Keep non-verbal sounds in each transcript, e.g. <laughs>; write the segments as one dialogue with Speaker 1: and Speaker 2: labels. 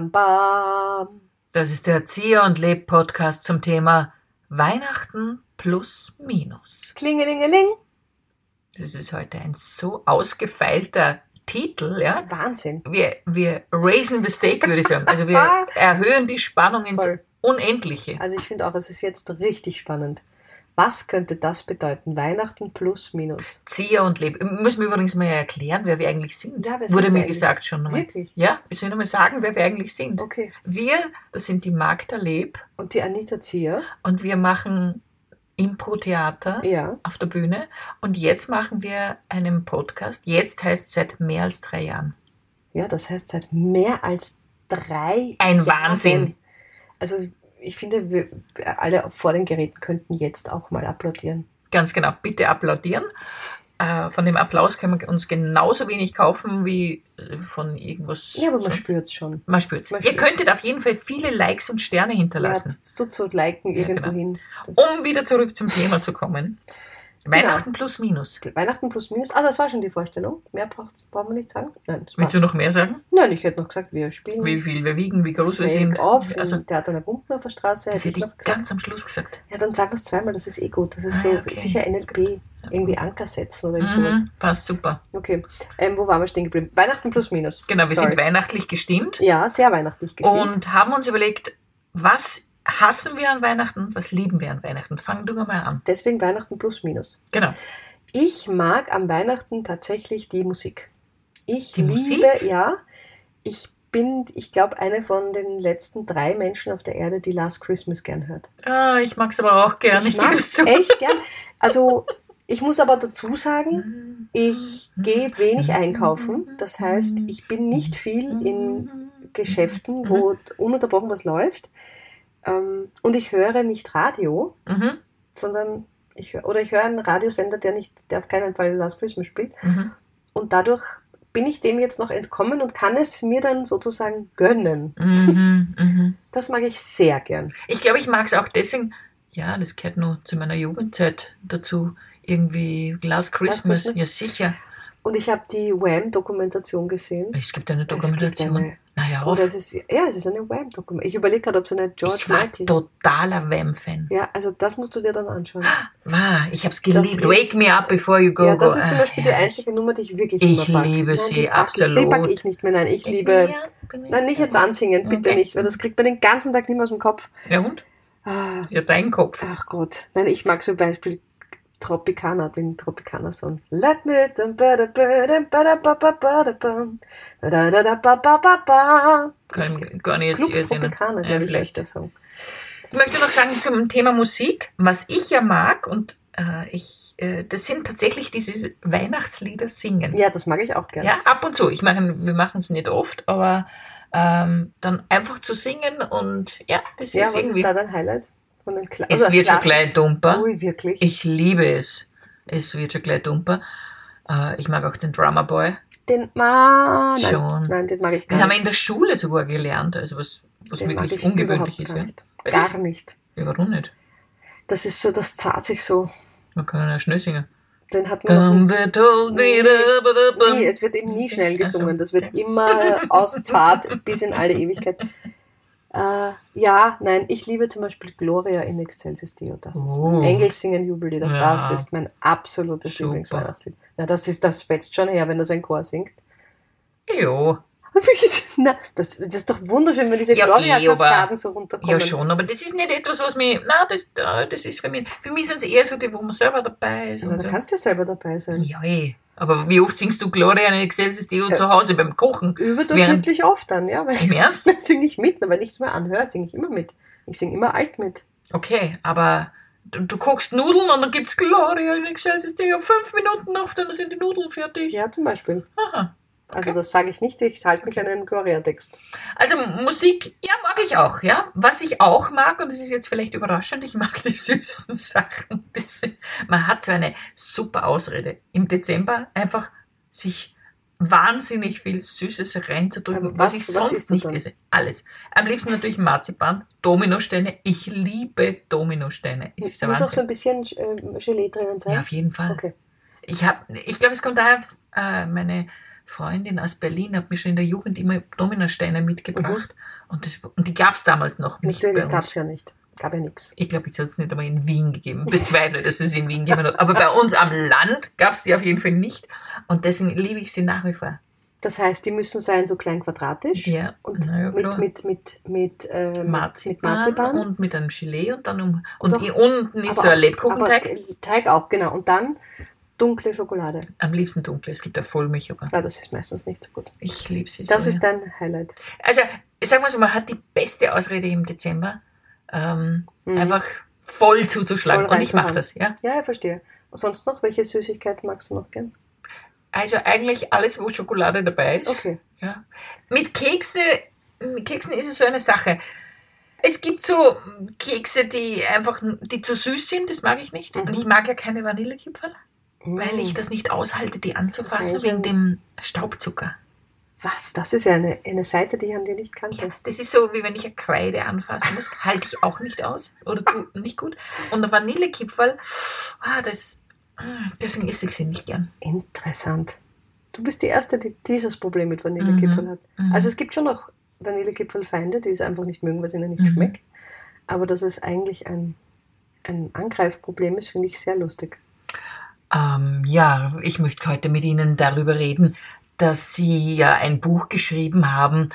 Speaker 1: Madibabidabibadabidabibadambam.
Speaker 2: Das ist der Zier und Leb Podcast zum Thema Weihnachten plus minus.
Speaker 1: Klingelingeling.
Speaker 2: Das ist heute ein so ausgefeilter Titel, ja.
Speaker 1: Wahnsinn.
Speaker 2: Wir, wir raisen the stake, würde ich sagen.
Speaker 1: <laughs>
Speaker 2: Also wir erhöhen die Spannung ins
Speaker 1: Voll.
Speaker 2: Unendliche.
Speaker 1: Also ich finde auch, es ist jetzt richtig spannend. Was könnte das bedeuten? Weihnachten plus minus.
Speaker 2: Zier und Leb. Müssen wir übrigens mal erklären, wer wir eigentlich sind.
Speaker 1: Ja, wer sind
Speaker 2: Wurde
Speaker 1: wir
Speaker 2: mir
Speaker 1: eigentlich? Oh.
Speaker 2: gesagt schon nochmal.
Speaker 1: Wirklich?
Speaker 2: Ja, wir sollen nochmal sagen, wer wir eigentlich sind.
Speaker 1: Okay.
Speaker 2: Wir, das sind die Magda Leb
Speaker 1: Und die Anita Zier?
Speaker 2: und wir machen Impro-Theater
Speaker 1: Ja.
Speaker 2: auf der Bühne und jetzt machen wir einen Podcast. Jetzt heißt seit mehr als drei Jahren.
Speaker 1: Ja, das heißt seit mehr als drei
Speaker 2: Ein Wahnsinn.
Speaker 1: Also ich finde, wir alle vor den Geräten könnten jetzt auch mal applaudieren.
Speaker 2: Ganz genau, bitte applaudieren. Äh, Von dem Applaus können wir uns genauso wenig kaufen wie äh, von irgendwas.
Speaker 1: Ja, aber man
Speaker 2: sonst.
Speaker 1: spürt es schon.
Speaker 2: Man spürt's.
Speaker 1: Man
Speaker 2: Ihr
Speaker 1: spürt's.
Speaker 2: könntet auf jeden Fall viele Likes und Sterne
Speaker 1: Ja,
Speaker 2: hinterlassen.
Speaker 1: zu, zu liken
Speaker 2: Ja,
Speaker 1: irgendwo hin.
Speaker 2: Um wieder zurück zum Thema zu kommen.
Speaker 1: Genau.
Speaker 2: Weihnachten plus minus.
Speaker 1: Weihnachten plus minus. Ah, das war schon die Vorstellung. Mehr braucht's, brauchen wir nicht sagen. Nein, das
Speaker 2: Willst
Speaker 1: war's.
Speaker 2: du noch mehr sagen?
Speaker 1: Nein, ich hätte noch gesagt, wir spielen
Speaker 2: Wie viel wir wiegen, wie groß wir sind?
Speaker 1: auf
Speaker 2: Also,
Speaker 1: im Theater an der Bunkendorfer Straße.
Speaker 2: das
Speaker 1: Hätte ich
Speaker 2: hätte
Speaker 1: noch
Speaker 2: ich
Speaker 1: gesagt.
Speaker 2: ganz am Schluss gesagt.
Speaker 1: Ja, dann sagen wir es zweimal, das ist eh gut. Das ist
Speaker 2: Ah,
Speaker 1: so
Speaker 2: okay.
Speaker 1: sicher NLP, irgendwie Anker setzen oder irgend sowas.
Speaker 2: Mhm, passt super.
Speaker 1: Okay, ähm, wo waren wir stehen geblieben? Weihnachten plus minus.
Speaker 2: Genau, wir
Speaker 1: Sorry.
Speaker 2: sind weihnachtlich gestimmt
Speaker 1: Ja, sehr weihnachtlich gestimmt.
Speaker 2: und haben uns überlegt, was hassen wir an Weihnachten, was lieben wir an Weihnachten. Fang du mal an.
Speaker 1: Deswegen Weihnachten plus minus.
Speaker 2: Genau.
Speaker 1: Ich mag am Weihnachten tatsächlich die Musik. Ich
Speaker 2: Die
Speaker 1: liebe,
Speaker 2: Musik?
Speaker 1: ja, ich bin, ich glaube, eine von den letzten drei Menschen auf der Erde, die Last Christmas gern hört.
Speaker 2: Ah, ich mag es aber auch gern, ich, gebe es
Speaker 1: mag's
Speaker 2: zu.
Speaker 1: echt gern. Also, ich muss aber dazu sagen, ich
Speaker 2: Mhm.
Speaker 1: gehe wenig einkaufen. Das heißt, ich bin nicht
Speaker 2: Mhm.
Speaker 1: viel in Geschäften, wo ununterbrochen was läuft. Ähm, und ich höre nicht Radio,
Speaker 2: Mhm,
Speaker 1: sondern ich höre, oder ich höre einen Radiosender, der nicht, der auf keinen Fall Last Christmas spielt.
Speaker 2: mhm,
Speaker 1: Und dadurch bin ich dem jetzt noch entkommen und kann es mir dann sozusagen gönnen.
Speaker 2: mhm, mhm.
Speaker 1: Das mag ich sehr gern.
Speaker 2: Ich glaube, ich mag es auch deswegen, ja, das gehört nur zu meiner Jugendzeit dazu. Irgendwie Last Christmas,
Speaker 1: Christmas?
Speaker 2: ja sicher.
Speaker 1: Und ich habe die Wham-Dokumentation gesehen.
Speaker 2: Es gibt eine
Speaker 1: Es gibt
Speaker 2: Dokumentation.
Speaker 1: eine-
Speaker 2: naja,
Speaker 1: Oder
Speaker 2: auf.
Speaker 1: es ist, ja, es ist eine Wham-Dokumentation. Ich überlege gerade, ob es eine George
Speaker 2: ich war
Speaker 1: Martin.
Speaker 2: totaler Wham-Fan.
Speaker 1: Ja, also das musst du dir dann anschauen.
Speaker 2: Wow, ich hab's geliebt.
Speaker 1: ist-
Speaker 2: Wake me up before you go.
Speaker 1: ja, das
Speaker 2: go.
Speaker 1: ist zum
Speaker 2: Ah,
Speaker 1: Beispiel die
Speaker 2: herrlich.
Speaker 1: einzige Nummer, die ich wirklich
Speaker 2: Ich
Speaker 1: immer mag.
Speaker 2: liebe
Speaker 1: Nein,
Speaker 2: sie,
Speaker 1: die pack ich- Die
Speaker 2: absolut.
Speaker 1: packe ich nicht mehr. Nein, ich liebe. Nein, nicht jetzt ansingen, bitte
Speaker 2: Okay.
Speaker 1: nicht, weil das kriegt man den ganzen Tag nicht mehr aus dem Kopf.
Speaker 2: Ja und?
Speaker 1: Ah,
Speaker 2: Ja, dein Kopf.
Speaker 1: Ach Gott. Nein, ich mag zum Beispiel Tropicana, den Tropicana-Song. Let me dum ba da ba da ba da ba ba ba da bum. Da da da ba ba ba ba.
Speaker 2: Kann gar nicht
Speaker 1: Club
Speaker 2: jetzt erinnern.
Speaker 1: Tropicana,
Speaker 2: Ja,
Speaker 1: glaube ich,
Speaker 2: vielleicht.
Speaker 1: heißt der Song.
Speaker 2: Ich möchte noch sagen zum Thema Musik, was ich ja mag und äh, ich, äh, das sind tatsächlich diese Weihnachtslieder singen.
Speaker 1: Ja, das mag ich auch gerne.
Speaker 2: Ja, ab und zu. Ich meine, wir machen es nicht oft, aber ähm, dann einfach zu singen und ja, das
Speaker 1: Ja,
Speaker 2: ist
Speaker 1: was
Speaker 2: irgendwie.
Speaker 1: ist da dein Highlight? Von den Kla
Speaker 2: es
Speaker 1: also
Speaker 2: wird schon
Speaker 1: Klassen-
Speaker 2: gleich dumper.
Speaker 1: Ui, wirklich?
Speaker 2: Ich liebe es. Es wird schon gleich dumper. Äh, ich mag auch den Drummer Boy.
Speaker 1: Den Ma Ah, nein,
Speaker 2: Schon.
Speaker 1: nein, den mag ich gar
Speaker 2: Den haben wir
Speaker 1: nicht.
Speaker 2: in der Schule sogar gelernt, also was, was
Speaker 1: Den mag
Speaker 2: wirklich
Speaker 1: ich
Speaker 2: ungewöhnlich
Speaker 1: überhaupt
Speaker 2: ist.
Speaker 1: Gar nicht.
Speaker 2: Ja. Ehrlich?
Speaker 1: Gar nicht.
Speaker 2: ja, warum nicht?
Speaker 1: Das ist so, das zahlt sich so.
Speaker 2: Man kann ja schnell singen.
Speaker 1: Den hat man
Speaker 2: Come
Speaker 1: noch
Speaker 2: the told
Speaker 1: Nee.
Speaker 2: me da, ba, da, bam.
Speaker 1: nie, es wird eben nie schnell
Speaker 2: Ach so,
Speaker 1: gesungen. Das wird
Speaker 2: okay.
Speaker 1: immer auszart bis in alle Ewigkeit. Äh, ja, nein, ich liebe zum Beispiel Gloria in Excelsis Deo. Das ist
Speaker 2: Oh.
Speaker 1: Engel singen Jubellieder.
Speaker 2: Ja.
Speaker 1: Das ist mein absolutes
Speaker 2: Super.
Speaker 1: Lieblingsweihnachtslied. Na, das ist, das fetzt schon her, wenn das ein Chor singt. <laughs>
Speaker 2: Jo.
Speaker 1: Na, das, das ist doch wunderschön, wenn diese
Speaker 2: Ja, eh,
Speaker 1: Gloria-Kaskaden
Speaker 2: aber-
Speaker 1: so runterkommen.
Speaker 2: Ja, schon, aber das ist nicht etwas, was mich. Nein, das, äh, das ist für mich. Für mich sind es eher so die, wo man selber dabei ist.
Speaker 1: Na,
Speaker 2: und
Speaker 1: Also, da
Speaker 2: so.
Speaker 1: kannst du ja selber dabei sein.
Speaker 2: Ja, eh. Aber wie oft singst du Gloria in Excelsis Deo
Speaker 1: Ja.
Speaker 2: zu Hause beim Kochen?
Speaker 1: Überdurchschnittlich oft dann, ja. Weil <laughs>
Speaker 2: Im Ernst?
Speaker 1: dann singe ich mit, aber nicht mehr anhöre, singe ich immer mit. Ich singe immer alt mit.
Speaker 2: Okay, aber du, du kochst Nudeln und dann gibt's Gloria in Excelsis Deo fünf Minuten noch, dann sind die Nudeln fertig.
Speaker 1: Ja, zum Beispiel.
Speaker 2: Aha.
Speaker 1: Also
Speaker 2: Okay.
Speaker 1: das sage ich nicht, ich halte mich an einen Gloria-Text.
Speaker 2: Also Musik, ja, mag ich auch, ja. Was ich auch mag, und das ist jetzt vielleicht überraschend, ich mag die <laughs> süßen Sachen. Diese, man hat so eine super Ausrede, im Dezember einfach sich wahnsinnig viel Süßes reinzudrücken,
Speaker 1: Aber was-
Speaker 2: was, ich
Speaker 1: was isst
Speaker 2: sonst
Speaker 1: du
Speaker 2: nicht
Speaker 1: dann?
Speaker 2: esse. Alles. Am liebsten natürlich Marzipan, Dominosteine. Ich liebe Dominosteine. Es ist der
Speaker 1: Muss auch so
Speaker 2: Wahnsinn.
Speaker 1: ein bisschen ähm, Gelee drinnen sein.
Speaker 2: Ja, auf jeden Fall.
Speaker 1: Okay.
Speaker 2: Ich, hab- ich glaube, es kommt daher, äh, meine Freundin aus Berlin hat mir schon in der Jugend immer Dominosteine mitgebracht. Und, das, und die gab es damals noch nicht.
Speaker 1: Mhm. Natürlich
Speaker 2: bei
Speaker 1: gab es
Speaker 2: uns.
Speaker 1: ja nicht. Gab ja nichts.
Speaker 2: Ich glaube, ich habe es nicht einmal in Wien gegeben. Bezweifle, dass es in Wien gegeben hat. Aber bei uns am Land gab es die auf jeden Fall nicht. Und deswegen liebe ich sie nach wie vor.
Speaker 1: Das heißt, die müssen sein so klein quadratisch
Speaker 2: Ja,
Speaker 1: und
Speaker 2: na ja,
Speaker 1: mit,
Speaker 2: klar.
Speaker 1: mit, mit, mit, ähm,
Speaker 2: Marzipan,
Speaker 1: mit Marzipan.
Speaker 2: und mit einem Gelee und dann um und
Speaker 1: Doch,
Speaker 2: i- unten ist
Speaker 1: Aber
Speaker 2: so ein
Speaker 1: auch-
Speaker 2: Lebkuchenteig.
Speaker 1: aber Teig auch, genau. Und dann dunkle Schokolade.
Speaker 2: Am liebsten dunkel. Es gibt auch Vollmilch, aber
Speaker 1: Ja, das ist meistens nicht so gut.
Speaker 2: ich liebe sie
Speaker 1: Das
Speaker 2: so.
Speaker 1: ist
Speaker 2: ja.
Speaker 1: dein Highlight.
Speaker 2: Also sagen wir so, man hat die beste Ausrede im Dezember, ähm,
Speaker 1: Mhm.
Speaker 2: einfach voll zuzuschlagen.
Speaker 1: Voll
Speaker 2: und ich mache
Speaker 1: reinzuhauen.
Speaker 2: das, ja.
Speaker 1: Ja, ich verstehe. Sonst noch, welche Süßigkeiten magst du noch gern?
Speaker 2: Also eigentlich alles, wo Schokolade dabei ist.
Speaker 1: Okay.
Speaker 2: Ja. Mit Kekse, mit Keksen ist es so eine Sache. Es gibt so Kekse, die einfach, die zu süß sind, das mag ich nicht.
Speaker 1: Mhm.
Speaker 2: Und ich mag ja keine Vanillekipferl, weil ich das nicht aushalte, die anzufassen
Speaker 1: Das ist
Speaker 2: wegen
Speaker 1: eigentlich-
Speaker 2: dem Staubzucker.
Speaker 1: Was? Das ist ja eine, eine Seite, die ich an dir nicht kannte.
Speaker 2: Ja, das ist so, wie wenn ich eine Kreide anfassen muss, halte ich auch nicht aus oder tu, nicht gut. Und ein Vanillekipferl, ah, das, mm, deswegen esse ich sie nicht gern.
Speaker 1: Interessant. Du bist die Erste, die dieses Problem mit Vanillekipferl
Speaker 2: Mhm.
Speaker 1: hat.
Speaker 2: Mhm.
Speaker 1: Also es gibt schon noch Vanillekipferl-Feinde, die es einfach nicht mögen, weil es ihnen nicht
Speaker 2: Mhm.
Speaker 1: schmeckt. Aber dass es eigentlich ein, ein Angreifproblem ist, finde ich sehr lustig.
Speaker 2: Ähm, ja, ich möchte heute mit Ihnen darüber reden, dass Sie ja ein Buch geschrieben haben,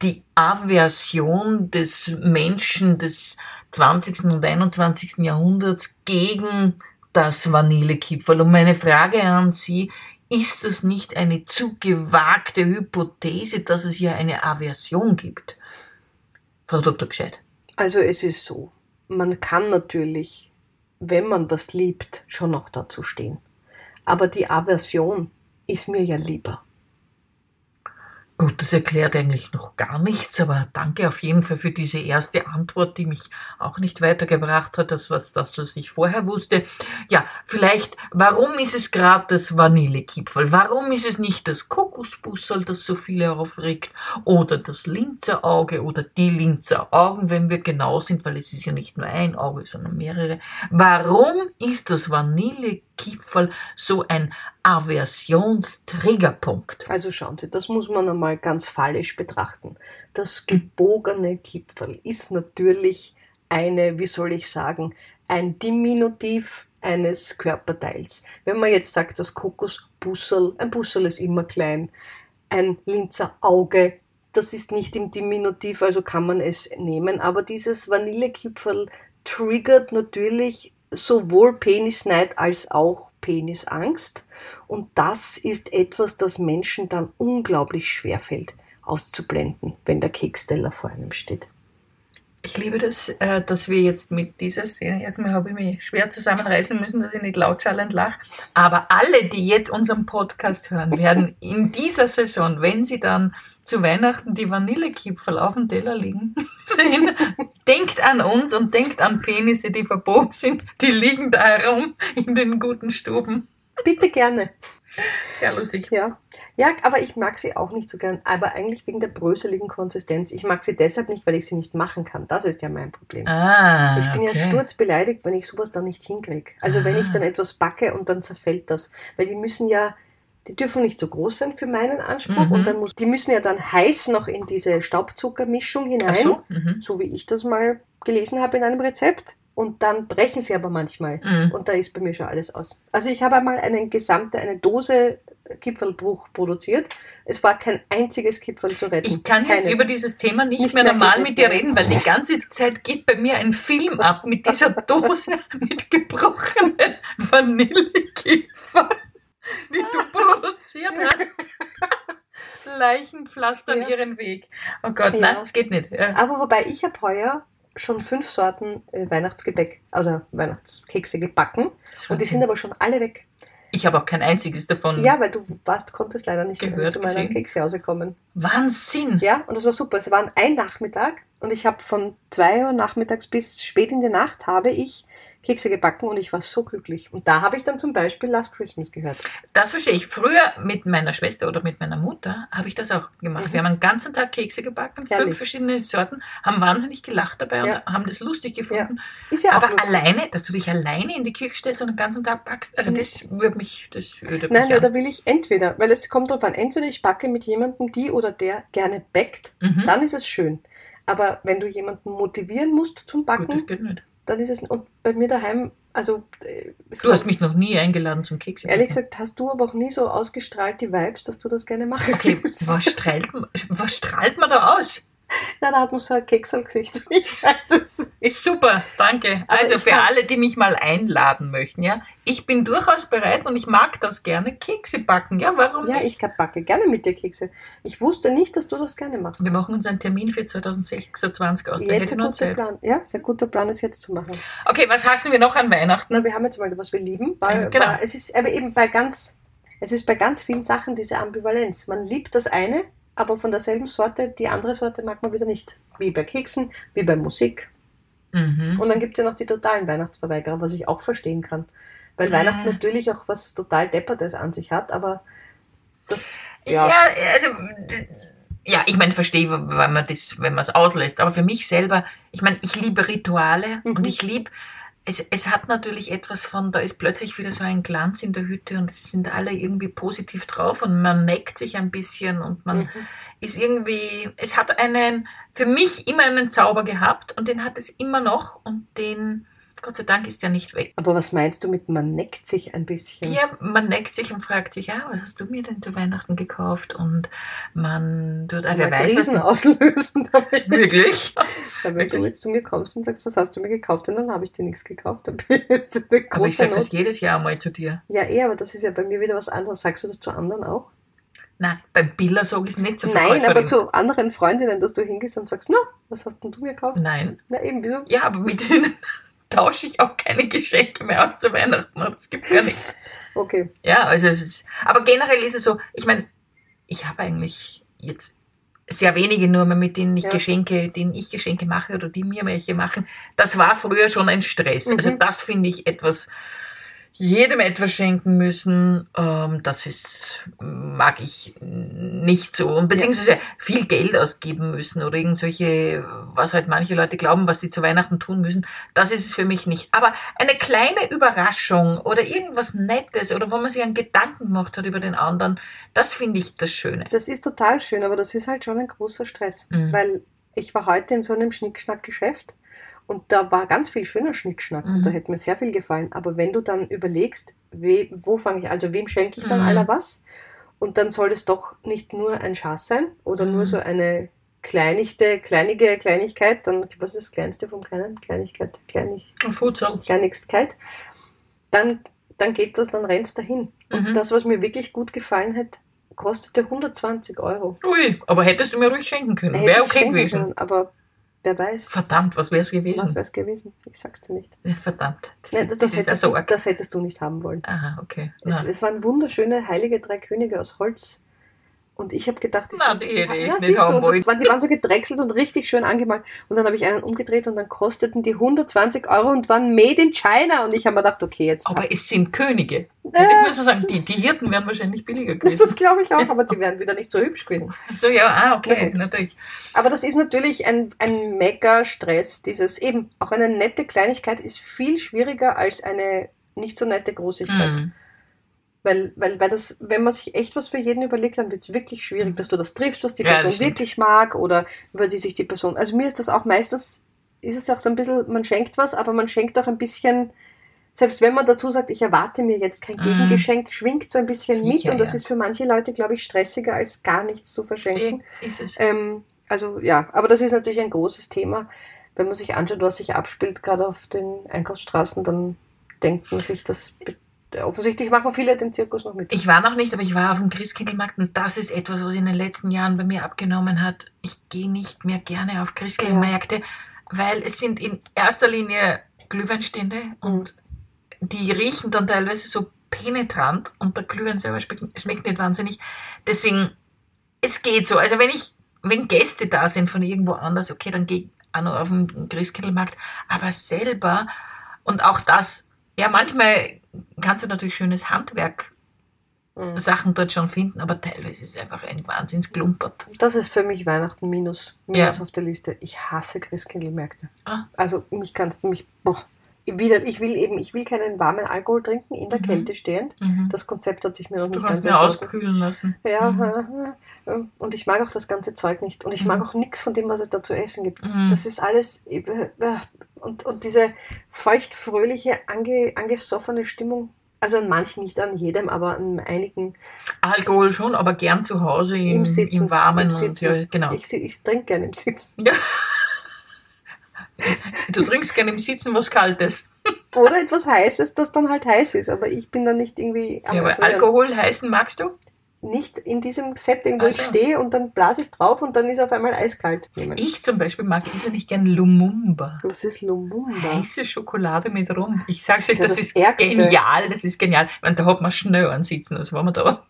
Speaker 2: die Aversion des Menschen des 20. und 21. Jahrhunderts gegen das Vanillekipferl. Und meine Frage an Sie, ist das nicht eine zu gewagte Hypothese, dass es hier eine Aversion gibt? Frau Dr. Gscheit.
Speaker 1: Also es ist so, man kann natürlich, wenn man was liebt, schon noch dazu stehen. Aber die Aversion ist mir ja lieber.
Speaker 2: Gut, das erklärt eigentlich noch gar nichts, aber danke auf jeden Fall für diese erste Antwort, die mich auch nicht weitergebracht hat, das was das, was ich vorher wusste. Ja, vielleicht, warum ist es gerade das Vanillekipferl? Warum ist es nicht das Kokosbussel, das so viele aufregt? Oder das Linzer Auge oder die Linzer Augen, wenn wir genau sind, weil es ist ja nicht nur ein Auge, sondern mehrere. Warum ist das Vanillekipferl so ein Aversionstriggerpunkt?
Speaker 1: Also schauen Sie, das muss man einmal ganz fallisch betrachten. Das gebogene Kipferl ist natürlich eine, wie soll ich sagen, ein Diminutiv eines Körperteils. Wenn man jetzt sagt, das Kokosbussel, ein Bussel ist immer klein, ein Linzer Auge, das ist nicht im Diminutiv, also kann man es nehmen, aber dieses Vanillekipferl triggert natürlich sowohl Penisneid als auch Penisangst. Und das ist etwas, das Menschen dann unglaublich schwer fällt, auszublenden, wenn der Keksteller vor einem steht.
Speaker 2: Ich liebe das, äh, dass wir jetzt mit dieser Szene, erstmal habe ich mich schwer zusammenreißen müssen, dass ich nicht lautschallend lache, aber alle, die jetzt unseren Podcast hören, werden in dieser Saison, wenn sie dann zu Weihnachten die Vanillekipferl auf dem Teller liegen <laughs> sehen, denkt an uns und denkt an Penisse, die verbogen sind, die liegen da herum in den guten Stuben.
Speaker 1: Bitte gerne.
Speaker 2: Sehr lustig.
Speaker 1: Ja. ja, aber ich mag sie auch nicht so gern. Aber eigentlich wegen der bröseligen Konsistenz. Ich mag sie deshalb nicht, weil ich sie nicht machen kann. Das ist ja mein Problem.
Speaker 2: Ah,
Speaker 1: Ich bin
Speaker 2: okay.
Speaker 1: ja sturzbeleidigt, wenn ich sowas dann nicht hinkriege. Also wenn ich
Speaker 2: Ah.
Speaker 1: dann etwas backe und dann zerfällt das. Weil die müssen ja, die dürfen nicht so groß sein für meinen Anspruch.
Speaker 2: Mhm.
Speaker 1: Und dann muss, die müssen ja dann heiß noch in diese Staubzuckermischung hinein.
Speaker 2: Ach so. Mhm.
Speaker 1: so wie ich das mal gelesen habe in einem Rezept. Und dann brechen sie aber manchmal.
Speaker 2: Mhm.
Speaker 1: Und da ist bei mir schon alles aus. Also ich habe einmal eine gesamte, eine Dose Kipferlbruch produziert. Es war kein einziges Kipferl zu retten.
Speaker 2: Ich kann jetzt
Speaker 1: Keines.
Speaker 2: über dieses Thema nicht,
Speaker 1: Nicht
Speaker 2: mehr
Speaker 1: mehr geht,
Speaker 2: normal mit
Speaker 1: nicht
Speaker 2: dir
Speaker 1: mehr.
Speaker 2: reden, weil die ganze Zeit geht bei mir ein Film ab mit dieser Dose <laughs> mit gebrochenen Vanillekipferl, die du produziert hast. Leichen pflastern
Speaker 1: Ja.
Speaker 2: ihren Weg. Oh Gott,
Speaker 1: Ja.
Speaker 2: nein, es geht nicht. Ja.
Speaker 1: Aber wobei ich habe heuer schon fünf Sorten äh, Weihnachtsgebäck oder Weihnachtskekse gebacken. Und
Speaker 2: Mhm.
Speaker 1: die sind aber schon alle weg.
Speaker 2: ich habe auch kein einziges davon.
Speaker 1: Ja, weil du warst, konntest leider nicht
Speaker 2: Mhm. Gehört,
Speaker 1: zu meiner
Speaker 2: gesehen.
Speaker 1: Kekse rauskommen.
Speaker 2: Wahnsinn.
Speaker 1: Ja, und das war super. Es war ein Nachmittag und ich habe von 2 Uhr nachmittags bis spät in die Nacht habe ich Kekse gebacken und ich war so glücklich. Und da habe ich dann zum Beispiel Last Christmas gehört.
Speaker 2: Das verstehe ich. Früher mit meiner Schwester oder mit meiner Mutter habe ich das auch gemacht.
Speaker 1: Mhm.
Speaker 2: Wir haben einen ganzen Tag Kekse gebacken,
Speaker 1: Herrlich.
Speaker 2: fünf verschiedene Sorten, haben wahnsinnig gelacht dabei
Speaker 1: Ja.
Speaker 2: und haben das lustig gefunden.
Speaker 1: Ist ja
Speaker 2: Aber
Speaker 1: auch lustig.
Speaker 2: alleine, dass du dich alleine in die Küche stellst und den ganzen Tag backst, also
Speaker 1: Mhm.
Speaker 2: das würde mich, das würde
Speaker 1: Nein,
Speaker 2: mich
Speaker 1: da will ich entweder, weil es kommt darauf an, entweder ich backe mit jemandem, die oder der gerne backt,
Speaker 2: an. Mhm.
Speaker 1: dann ist es schön. Aber wenn du jemanden motivieren musst zum Backen,
Speaker 2: Gut, das geht nicht.
Speaker 1: dann ist es. Und bei mir daheim, also. äh, es
Speaker 2: Du hast
Speaker 1: kommt-
Speaker 2: mich noch nie eingeladen zum Kekse.
Speaker 1: Ehrlich
Speaker 2: backen.
Speaker 1: gesagt, hast du aber auch nie so ausgestrahlt die Vibes, dass du das gerne machen
Speaker 2: Okay,
Speaker 1: kannst.
Speaker 2: was strahlt, man- was strahlt man da aus?
Speaker 1: Na, da hat man so ein Kekselgesicht. <laughs> Ich weiß es.
Speaker 2: Ist super, danke.
Speaker 1: Aber
Speaker 2: Also
Speaker 1: ich
Speaker 2: für
Speaker 1: fand-
Speaker 2: alle, die mich mal einladen möchten, ja, ich bin durchaus bereit und ich mag das gerne, Kekse backen, ja, warum
Speaker 1: Ja,
Speaker 2: nicht?
Speaker 1: ich backe gerne mit dir Kekse. Ich wusste nicht, dass du das gerne machst.
Speaker 2: Wir machen uns einen Termin für 2026 aus, da
Speaker 1: Jetzt
Speaker 2: hätten
Speaker 1: ein
Speaker 2: wir noch
Speaker 1: guter
Speaker 2: Zeit.
Speaker 1: Plan. Ja, sehr guter Plan ist jetzt zu machen.
Speaker 2: Okay, was hassen wir noch an Weihnachten?
Speaker 1: Na, wir haben jetzt mal, was wir lieben, weil,
Speaker 2: Ja, genau.
Speaker 1: weil es ist aber eben bei ganz, es ist bei ganz vielen Sachen diese Ambivalenz. Man liebt das eine, aber von derselben Sorte, die andere Sorte mag man wieder nicht. Wie bei Keksen, wie bei Musik.
Speaker 2: Mhm.
Speaker 1: Und dann gibt es ja noch die totalen Weihnachtsverweigerer, was ich auch verstehen kann. Weil
Speaker 2: Ah.
Speaker 1: Weihnachten natürlich auch was total Deppertes an sich hat, aber das,
Speaker 2: Ja.
Speaker 1: ja.
Speaker 2: also d- ja, ich meine, verstehe, wenn man das, wenn man es auslässt. Aber für mich selber, ich meine, ich liebe Rituale
Speaker 1: Mhm.
Speaker 2: und ich liebe, es, es hat natürlich etwas von, da ist plötzlich wieder so ein Glanz in der Hütte und es sind alle irgendwie positiv drauf und man neckt sich ein bisschen und man
Speaker 1: Mhm.
Speaker 2: ist irgendwie, es hat einen, für mich immer einen Zauber gehabt und den hat es immer noch und den, Gott sei Dank, ist der nicht weg.
Speaker 1: Aber was meinst du mit, man neckt sich ein bisschen?
Speaker 2: Ja, man neckt sich und fragt sich, ja, was hast du mir denn zu Weihnachten gekauft? Und man tut, ah,
Speaker 1: Aber
Speaker 2: wer weiß, was <laughs>
Speaker 1: Krisen
Speaker 2: du,
Speaker 1: auslösen damit. <laughs>
Speaker 2: wirklich.
Speaker 1: Weil wenn
Speaker 2: Wirklich?
Speaker 1: du jetzt zu mir kommst und sagst, was hast du mir gekauft? Und dann habe ich dir nichts gekauft. Dann bin ich jetzt in der
Speaker 2: Aber ich
Speaker 1: großen
Speaker 2: sage
Speaker 1: Not.
Speaker 2: das jedes Jahr mal zu dir.
Speaker 1: Ja, eh, aber das ist ja bei mir wieder was anderes. Sagst du das zu anderen auch?
Speaker 2: Nein, beim Biller sage ich es nicht zur
Speaker 1: Nein,
Speaker 2: Verkäuferin.
Speaker 1: aber zu anderen Freundinnen, dass du hingehst und sagst, na, was hast denn du mir gekauft?
Speaker 2: Nein,
Speaker 1: Na eben, wieso?
Speaker 2: ja, aber mit denen <laughs> tausche ich auch keine Geschenke mehr aus zu Weihnachten. Es gibt gar nichts.
Speaker 1: Okay.
Speaker 2: Ja, also es ist, aber generell ist es so, ich meine, ich habe eigentlich jetzt sehr wenige nur mehr, mit denen ich
Speaker 1: Ja.
Speaker 2: Geschenke, denen ich Geschenke mache oder die mir welche machen. Das war früher schon ein Stress.
Speaker 1: Mhm.
Speaker 2: Also das finde ich etwas, jedem etwas schenken müssen, ähm, das ist, mag ich nicht so. Und beziehungsweise viel Geld ausgeben müssen oder irgendwelche, was halt manche Leute glauben, was sie zu Weihnachten tun müssen, das ist es für mich nicht. Aber eine kleine Überraschung oder irgendwas Nettes oder wo man sich einen Gedanken gemacht hat über den anderen, das finde ich das Schöne.
Speaker 1: Das ist total schön, aber das ist halt schon ein großer Stress.
Speaker 2: Mhm.
Speaker 1: Weil ich war heute in so einem Schnickschnack-Geschäft und da war ganz viel schöner Schnickschnack
Speaker 2: Mhm.
Speaker 1: und da hätte mir sehr viel gefallen. Aber wenn du dann überlegst, we, wo fange ich, also wem schenke ich dann
Speaker 2: Mhm.
Speaker 1: aller was? Und dann soll es doch nicht nur ein Schaß sein oder
Speaker 2: Mhm.
Speaker 1: nur so eine kleinigste, kleinige Kleinigkeit, dann, was ist das Kleinste vom Kleinen? Kleinigkeit, Kleinig,
Speaker 2: Futsal.
Speaker 1: Kleinigkeit, dann, dann geht das, dann rennst dahin. Und
Speaker 2: Mhm.
Speaker 1: das, was mir wirklich gut gefallen hat, kostete 120 Euro.
Speaker 2: Ui, aber hättest du mir ruhig schenken können.
Speaker 1: Hätte
Speaker 2: Wäre
Speaker 1: ich
Speaker 2: okay
Speaker 1: schenken
Speaker 2: gewesen.
Speaker 1: können, aber wer weiß,
Speaker 2: Verdammt, was wäre es
Speaker 1: was
Speaker 2: gewesen?
Speaker 1: wäre es gewesen? Ich sag's dir nicht.
Speaker 2: Verdammt. Das,
Speaker 1: Nein,
Speaker 2: ist-
Speaker 1: das,
Speaker 2: das
Speaker 1: das,
Speaker 2: ist ja
Speaker 1: hättest
Speaker 2: so
Speaker 1: du,
Speaker 2: arg.
Speaker 1: das hättest du nicht haben wollen.
Speaker 2: Aha, okay.
Speaker 1: Es,
Speaker 2: Na,
Speaker 1: es waren wunderschöne heilige drei Könige aus Holz. Und ich habe gedacht, die
Speaker 2: Na,
Speaker 1: sind-
Speaker 2: die hätte ich
Speaker 1: ja,
Speaker 2: nicht
Speaker 1: siehst du,
Speaker 2: haben
Speaker 1: und
Speaker 2: wollen.
Speaker 1: das waren, die waren so gedrechselt und richtig schön angemalt. Und dann habe ich einen umgedreht und dann kosteten die 120 Euro und waren made in China. Und ich habe mir gedacht, okay, jetzt.
Speaker 2: aber es sind Könige.
Speaker 1: Äh,
Speaker 2: Das muss man sagen, die, die Hirten wären wahrscheinlich billiger
Speaker 1: <laughs> Das <laughs>
Speaker 2: gewesen.
Speaker 1: glaube ich auch, aber die wären wieder nicht so hübsch gewesen.
Speaker 2: So, ja, ah, okay,
Speaker 1: Na gut.
Speaker 2: natürlich.
Speaker 1: Aber das ist natürlich ein, ein Mega-Stress, dieses eben. Auch eine nette Kleinigkeit ist viel schwieriger als eine nicht so nette Großigkeit.
Speaker 2: Hm.
Speaker 1: Weil, weil, weil das, wenn man sich echt was für jeden überlegt, dann wird es wirklich schwierig, dass du das triffst, was die
Speaker 2: Mhm. Ja, das
Speaker 1: Person
Speaker 2: stimmt.
Speaker 1: wirklich mag oder über die sich die Person. Also mir ist das auch meistens, ist es ja auch so ein bisschen, man schenkt was, aber man schenkt auch ein bisschen, selbst wenn man dazu sagt, ich erwarte mir jetzt kein
Speaker 2: Mhm.
Speaker 1: Gegengeschenk, schwingt so ein bisschen mit
Speaker 2: Sicher,
Speaker 1: und das
Speaker 2: ja.
Speaker 1: ist für manche Leute, glaube ich, stressiger als gar nichts zu verschenken.
Speaker 2: Eh, Ist es.
Speaker 1: Ähm, also ja, aber das ist natürlich ein großes Thema. Wenn man sich anschaut, was sich abspielt, gerade auf den Einkaufsstraßen, dann denkt man sich, das offensichtlich machen viele den Zirkus noch mit.
Speaker 2: Ich war noch nicht, aber ich war auf dem Christkindlmarkt und das ist etwas, was in den letzten Jahren bei mir abgenommen hat. Ich gehe nicht mehr gerne auf Christkindlmärkte, weil es sind in erster Linie Glühweinstände und die riechen dann teilweise so penetrant und der Glühwein selber schmeckt, schmeckt nicht wahnsinnig. Deswegen, es geht so. Also wenn ich wenn Gäste da sind von irgendwo anders, okay, dann gehe ich auch noch auf den Christkindlmarkt, aber selber und auch das, ja, manchmal kannst du natürlich schönes Handwerk
Speaker 1: Mhm.
Speaker 2: Sachen dort schon finden, aber teilweise ist es einfach ein Wahnsinnsklumpert.
Speaker 1: Das ist für mich Weihnachten minus, minus
Speaker 2: Ja.
Speaker 1: auf der Liste. Ich hasse Christkindlmärkte.
Speaker 2: Ah.
Speaker 1: Also mich kannst du mich. Boah. Wieder, ich will eben, ich will keinen warmen Alkohol trinken, in der
Speaker 2: Mhm.
Speaker 1: Kälte stehend.
Speaker 2: Mhm.
Speaker 1: Das Konzept hat sich mir noch
Speaker 2: Du
Speaker 1: nicht
Speaker 2: kannst
Speaker 1: ganz
Speaker 2: ja
Speaker 1: erschlossen.
Speaker 2: auskühlen lassen.
Speaker 1: Ja,
Speaker 2: Mhm.
Speaker 1: äh, äh, <laughs> und ich mag auch das ganze Zeug nicht. Und ich
Speaker 2: Mhm.
Speaker 1: mag auch nichts von dem, was es da zu essen gibt.
Speaker 2: Mhm.
Speaker 1: Das ist alles. äh, äh, Und, und diese feuchtfröhliche, ange, angesoffene Stimmung. Also an manchen, nicht an jedem, aber an einigen.
Speaker 2: Alkohol schon, aber gern zu Hause im,
Speaker 1: Im Sitzen,
Speaker 2: im
Speaker 1: im
Speaker 2: Warmen. und,
Speaker 1: Sitzen.
Speaker 2: ja, genau.
Speaker 1: Ich, si- ich trinke gerne im Sitzen.
Speaker 2: Du trinkst gerne im Sitzen
Speaker 1: <laughs>
Speaker 2: was Kaltes.
Speaker 1: Oder etwas Heißes, das dann halt heiß ist. Aber ich bin dann nicht irgendwie am
Speaker 2: Ja, aber
Speaker 1: Erfrieren.
Speaker 2: Alkohol heißen magst du?
Speaker 1: Nicht in diesem Setting, wo
Speaker 2: Ach
Speaker 1: ich
Speaker 2: so.
Speaker 1: stehe und dann blase ich drauf und dann ist auf einmal eiskalt.
Speaker 2: Also. Ich zum Beispiel mag irrsinnig gern Lumumba.
Speaker 1: Was ist Lumumba?
Speaker 2: Heiße Schokolade mit Rum. Ich
Speaker 1: Das
Speaker 2: sag's
Speaker 1: ist
Speaker 2: euch,
Speaker 1: ja
Speaker 2: das,
Speaker 1: das
Speaker 2: ist
Speaker 1: Ärgste.
Speaker 2: genial, das ist genial. Weil da hat man schnell ansitzen, das war mir da.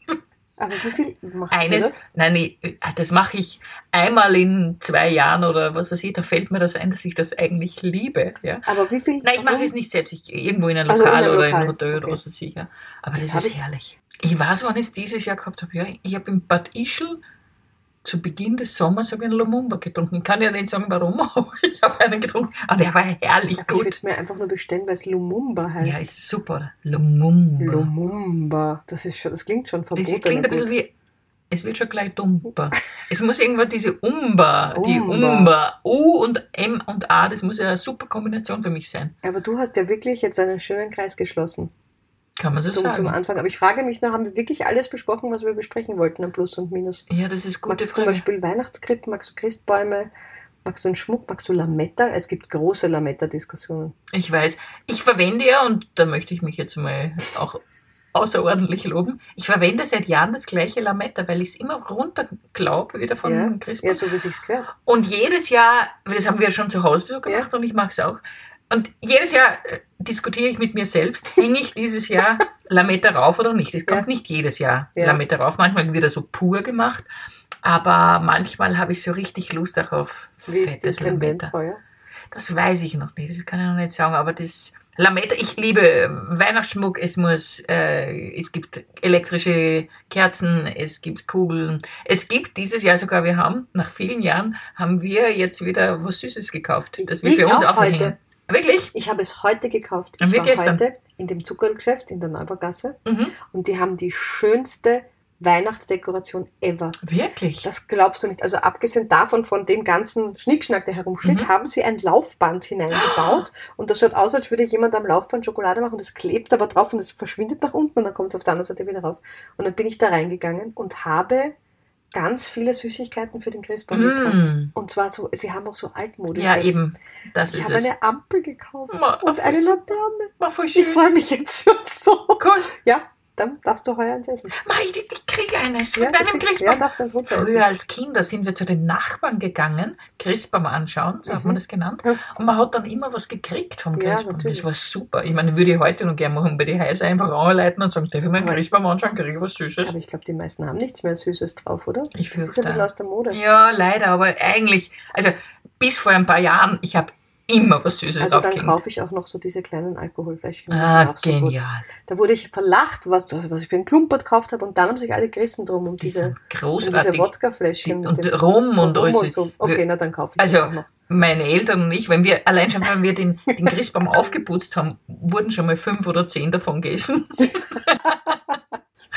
Speaker 1: Aber wie viel macht ihr das?
Speaker 2: Eines, nein, ich, das mache ich einmal in zwei Jahren oder was weiß ich, da fällt mir das ein, dass ich das eigentlich liebe. Ja?
Speaker 1: Aber wie viel?
Speaker 2: Nein, ich mache es nicht selbst, ich, irgendwo in einem
Speaker 1: Also in
Speaker 2: Lokal
Speaker 1: einem
Speaker 2: oder in
Speaker 1: Lokal,
Speaker 2: einem Hotel oder
Speaker 1: okay.
Speaker 2: was weiß ich. Ja. Aber das,
Speaker 1: Das hab
Speaker 2: ist
Speaker 1: ich-
Speaker 2: herrlich. Ich weiß, wann ich es dieses Jahr gehabt habe. Ja, ich habe in Bad Ischl zu Beginn des Sommers habe ich einen Lumumba getrunken. Ich kann ja nicht sagen, warum, <laughs> aber ich habe einen getrunken. Aber der war herrlich
Speaker 1: Aber Ich würde
Speaker 2: gut.
Speaker 1: es mir einfach nur bestellen, weil es Lumumba heißt.
Speaker 2: Ja, ist super. oder? Lumumba.
Speaker 1: Lumumba. Das, ist schon, das klingt schon verboten.
Speaker 2: Es klingt ein bisschen wie, es wird schon gleich dumper. Es muss irgendwann diese Umba, die
Speaker 1: Umba.
Speaker 2: Umba, U und M und A, das muss ja eine super Kombination für mich sein.
Speaker 1: Aber du hast ja wirklich jetzt einen schönen Kreis geschlossen
Speaker 2: Kann man so
Speaker 1: zum, zum
Speaker 2: sagen.
Speaker 1: Anfang. Aber ich frage mich noch, haben wir wirklich alles besprochen, was wir besprechen wollten an Plus und Minus?
Speaker 2: Ja, das ist gute
Speaker 1: magst du zum
Speaker 2: Frage.
Speaker 1: Beispiel Weihnachtskrippen, magst du Christbäume, magst du einen Schmuck, magst du Lametta? Es gibt große Lametta-Diskussionen.
Speaker 2: Ich weiß, ich verwende ja, und da möchte ich mich jetzt mal auch außerordentlich loben, ich verwende seit Jahren das gleiche Lametta, weil ich es immer runterglaube, wieder von
Speaker 1: Ja,
Speaker 2: Christbaum.
Speaker 1: Ja, so wie sich's gehört.
Speaker 2: Und jedes Jahr, das haben wir schon zu Hause so gemacht und ich mag es auch. Und jedes Jahr äh, diskutiere ich mit mir selbst, hänge ich
Speaker 1: <laughs>
Speaker 2: dieses Jahr Lametta rauf oder nicht. Es kommt
Speaker 1: Ja.
Speaker 2: nicht jedes Jahr
Speaker 1: Ja.
Speaker 2: Lametta rauf. Manchmal wird er so pur gemacht, aber manchmal habe ich so richtig Lust auch auf
Speaker 1: Wie ist die
Speaker 2: fettes
Speaker 1: Tendenz
Speaker 2: Lametta.
Speaker 1: heuer?
Speaker 2: Das weiß ich noch nicht, das kann ich noch nicht sagen, aber das Lametta, ich liebe Weihnachtsschmuck, es muss, äh, es gibt elektrische Kerzen, es gibt Kugeln, es gibt dieses Jahr sogar, wir haben, nach vielen Jahren, haben wir jetzt wieder was Süßes gekauft, das wir
Speaker 1: Ich
Speaker 2: für uns
Speaker 1: auch
Speaker 2: aufhängen.
Speaker 1: heute.
Speaker 2: Wirklich?
Speaker 1: Ich habe es heute gekauft.
Speaker 2: Und
Speaker 1: Ich
Speaker 2: wir
Speaker 1: war
Speaker 2: gestern.
Speaker 1: heute in dem Zuckerlgeschäft in der Neubergasse
Speaker 2: Mhm.
Speaker 1: und die haben die schönste Weihnachtsdekoration ever.
Speaker 2: Wirklich?
Speaker 1: Das glaubst du nicht. Also abgesehen davon, von dem ganzen Schnickschnack, der herumsteht,
Speaker 2: Mhm.
Speaker 1: haben sie ein Laufband
Speaker 2: <gasps>
Speaker 1: hineingebaut. Und das schaut aus, als würde jemand am Laufband Schokolade machen. Das klebt aber drauf und es verschwindet nach unten und dann kommt es auf der anderen Seite wieder rauf. Und dann bin ich da reingegangen und habe ganz viele Süßigkeiten für den Christbaum gekauft.
Speaker 2: Mm.
Speaker 1: Und zwar so, sie haben auch so altmodisches.
Speaker 2: Ja, eben, das
Speaker 1: Ich
Speaker 2: ist
Speaker 1: habe
Speaker 2: es.
Speaker 1: eine Ampel gekauft
Speaker 2: Ma-
Speaker 1: und eine Laterne.
Speaker 2: War voll
Speaker 1: Ich
Speaker 2: schön.
Speaker 1: freue mich jetzt schon so.
Speaker 2: Cool.
Speaker 1: Ja, dann darfst du heuer eins essen.
Speaker 2: Ma, ich, ich kriege eines von
Speaker 1: Ja, du
Speaker 2: deinem
Speaker 1: kriegst-
Speaker 2: Christbaum.
Speaker 1: Ja, darfst du eins runter essen.
Speaker 2: Früher als Kinder sind wir zu den Nachbarn gegangen, Christbaum anschauen, so hat
Speaker 1: Mhm.
Speaker 2: man das genannt.
Speaker 1: Ja.
Speaker 2: Und man hat dann immer was gekriegt vom
Speaker 1: Ja,
Speaker 2: Christbaum.
Speaker 1: natürlich.
Speaker 2: das war super. Ich meine, würde ich heute noch gerne machen, bei die Häuser einfach anleiten und sagen, darf ich mir einen
Speaker 1: Aber-
Speaker 2: Christbaum anschauen, kriege ich was Süßes.
Speaker 1: Aber ich glaube, die meisten haben nichts mehr Süßes drauf, oder?
Speaker 2: Ich
Speaker 1: Das ist ein bisschen
Speaker 2: fürchte.
Speaker 1: aus der Mode.
Speaker 2: Ja, leider, aber eigentlich, also bis vor ein paar Jahren, ich habe immer was Süßes
Speaker 1: also dann
Speaker 2: draufgehängt.
Speaker 1: kaufe ich auch noch so diese kleinen Alkoholfläschchen. die sind
Speaker 2: Ah,
Speaker 1: auch so gut.
Speaker 2: genial.
Speaker 1: Da wurde ich verlacht, was, du- was ich für einen Klumpert gekauft habe und dann haben sich alle gerissen drum um
Speaker 2: Die
Speaker 1: diese,
Speaker 2: sind
Speaker 1: um diese
Speaker 2: großartig. Die,
Speaker 1: Wodkafläschchen. mit
Speaker 2: und
Speaker 1: dem
Speaker 2: rum und
Speaker 1: Rum
Speaker 2: alles.
Speaker 1: und so. Okay, na dann kaufe ich
Speaker 2: Also-
Speaker 1: das auch noch.
Speaker 2: meine Eltern und ich, wenn wir allein schon, wenn wir den,
Speaker 1: <laughs>
Speaker 2: den Christbaum aufgeputzt haben, wurden schon mal fünf oder zehn davon gegessen.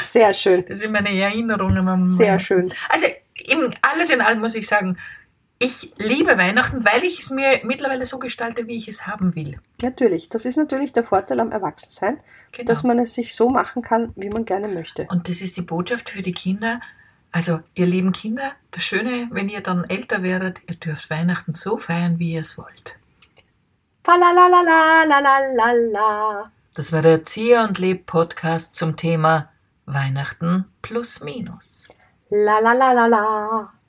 Speaker 1: Sehr schön.
Speaker 2: Das sind meine Erinnerungen. An
Speaker 1: Sehr schön.
Speaker 2: Also im, alles in allem muss ich sagen, ich liebe Weihnachten, weil ich es mir mittlerweile so gestalte, wie ich es haben will.
Speaker 1: Natürlich. Das ist natürlich der Vorteil am Erwachsensein,
Speaker 2: Genau.
Speaker 1: dass man es sich so machen kann, wie man gerne möchte.
Speaker 2: Und das ist die Botschaft für die Kinder. Also ihr lieben Kinder, das Schöne, wenn ihr dann älter werdet, ihr dürft Weihnachten so feiern, wie ihr es wollt.
Speaker 1: Falalalalalalalala.
Speaker 2: Das war der Erzieher und Leb Podcast zum Thema Weihnachten plus minus.
Speaker 1: Lalalalala.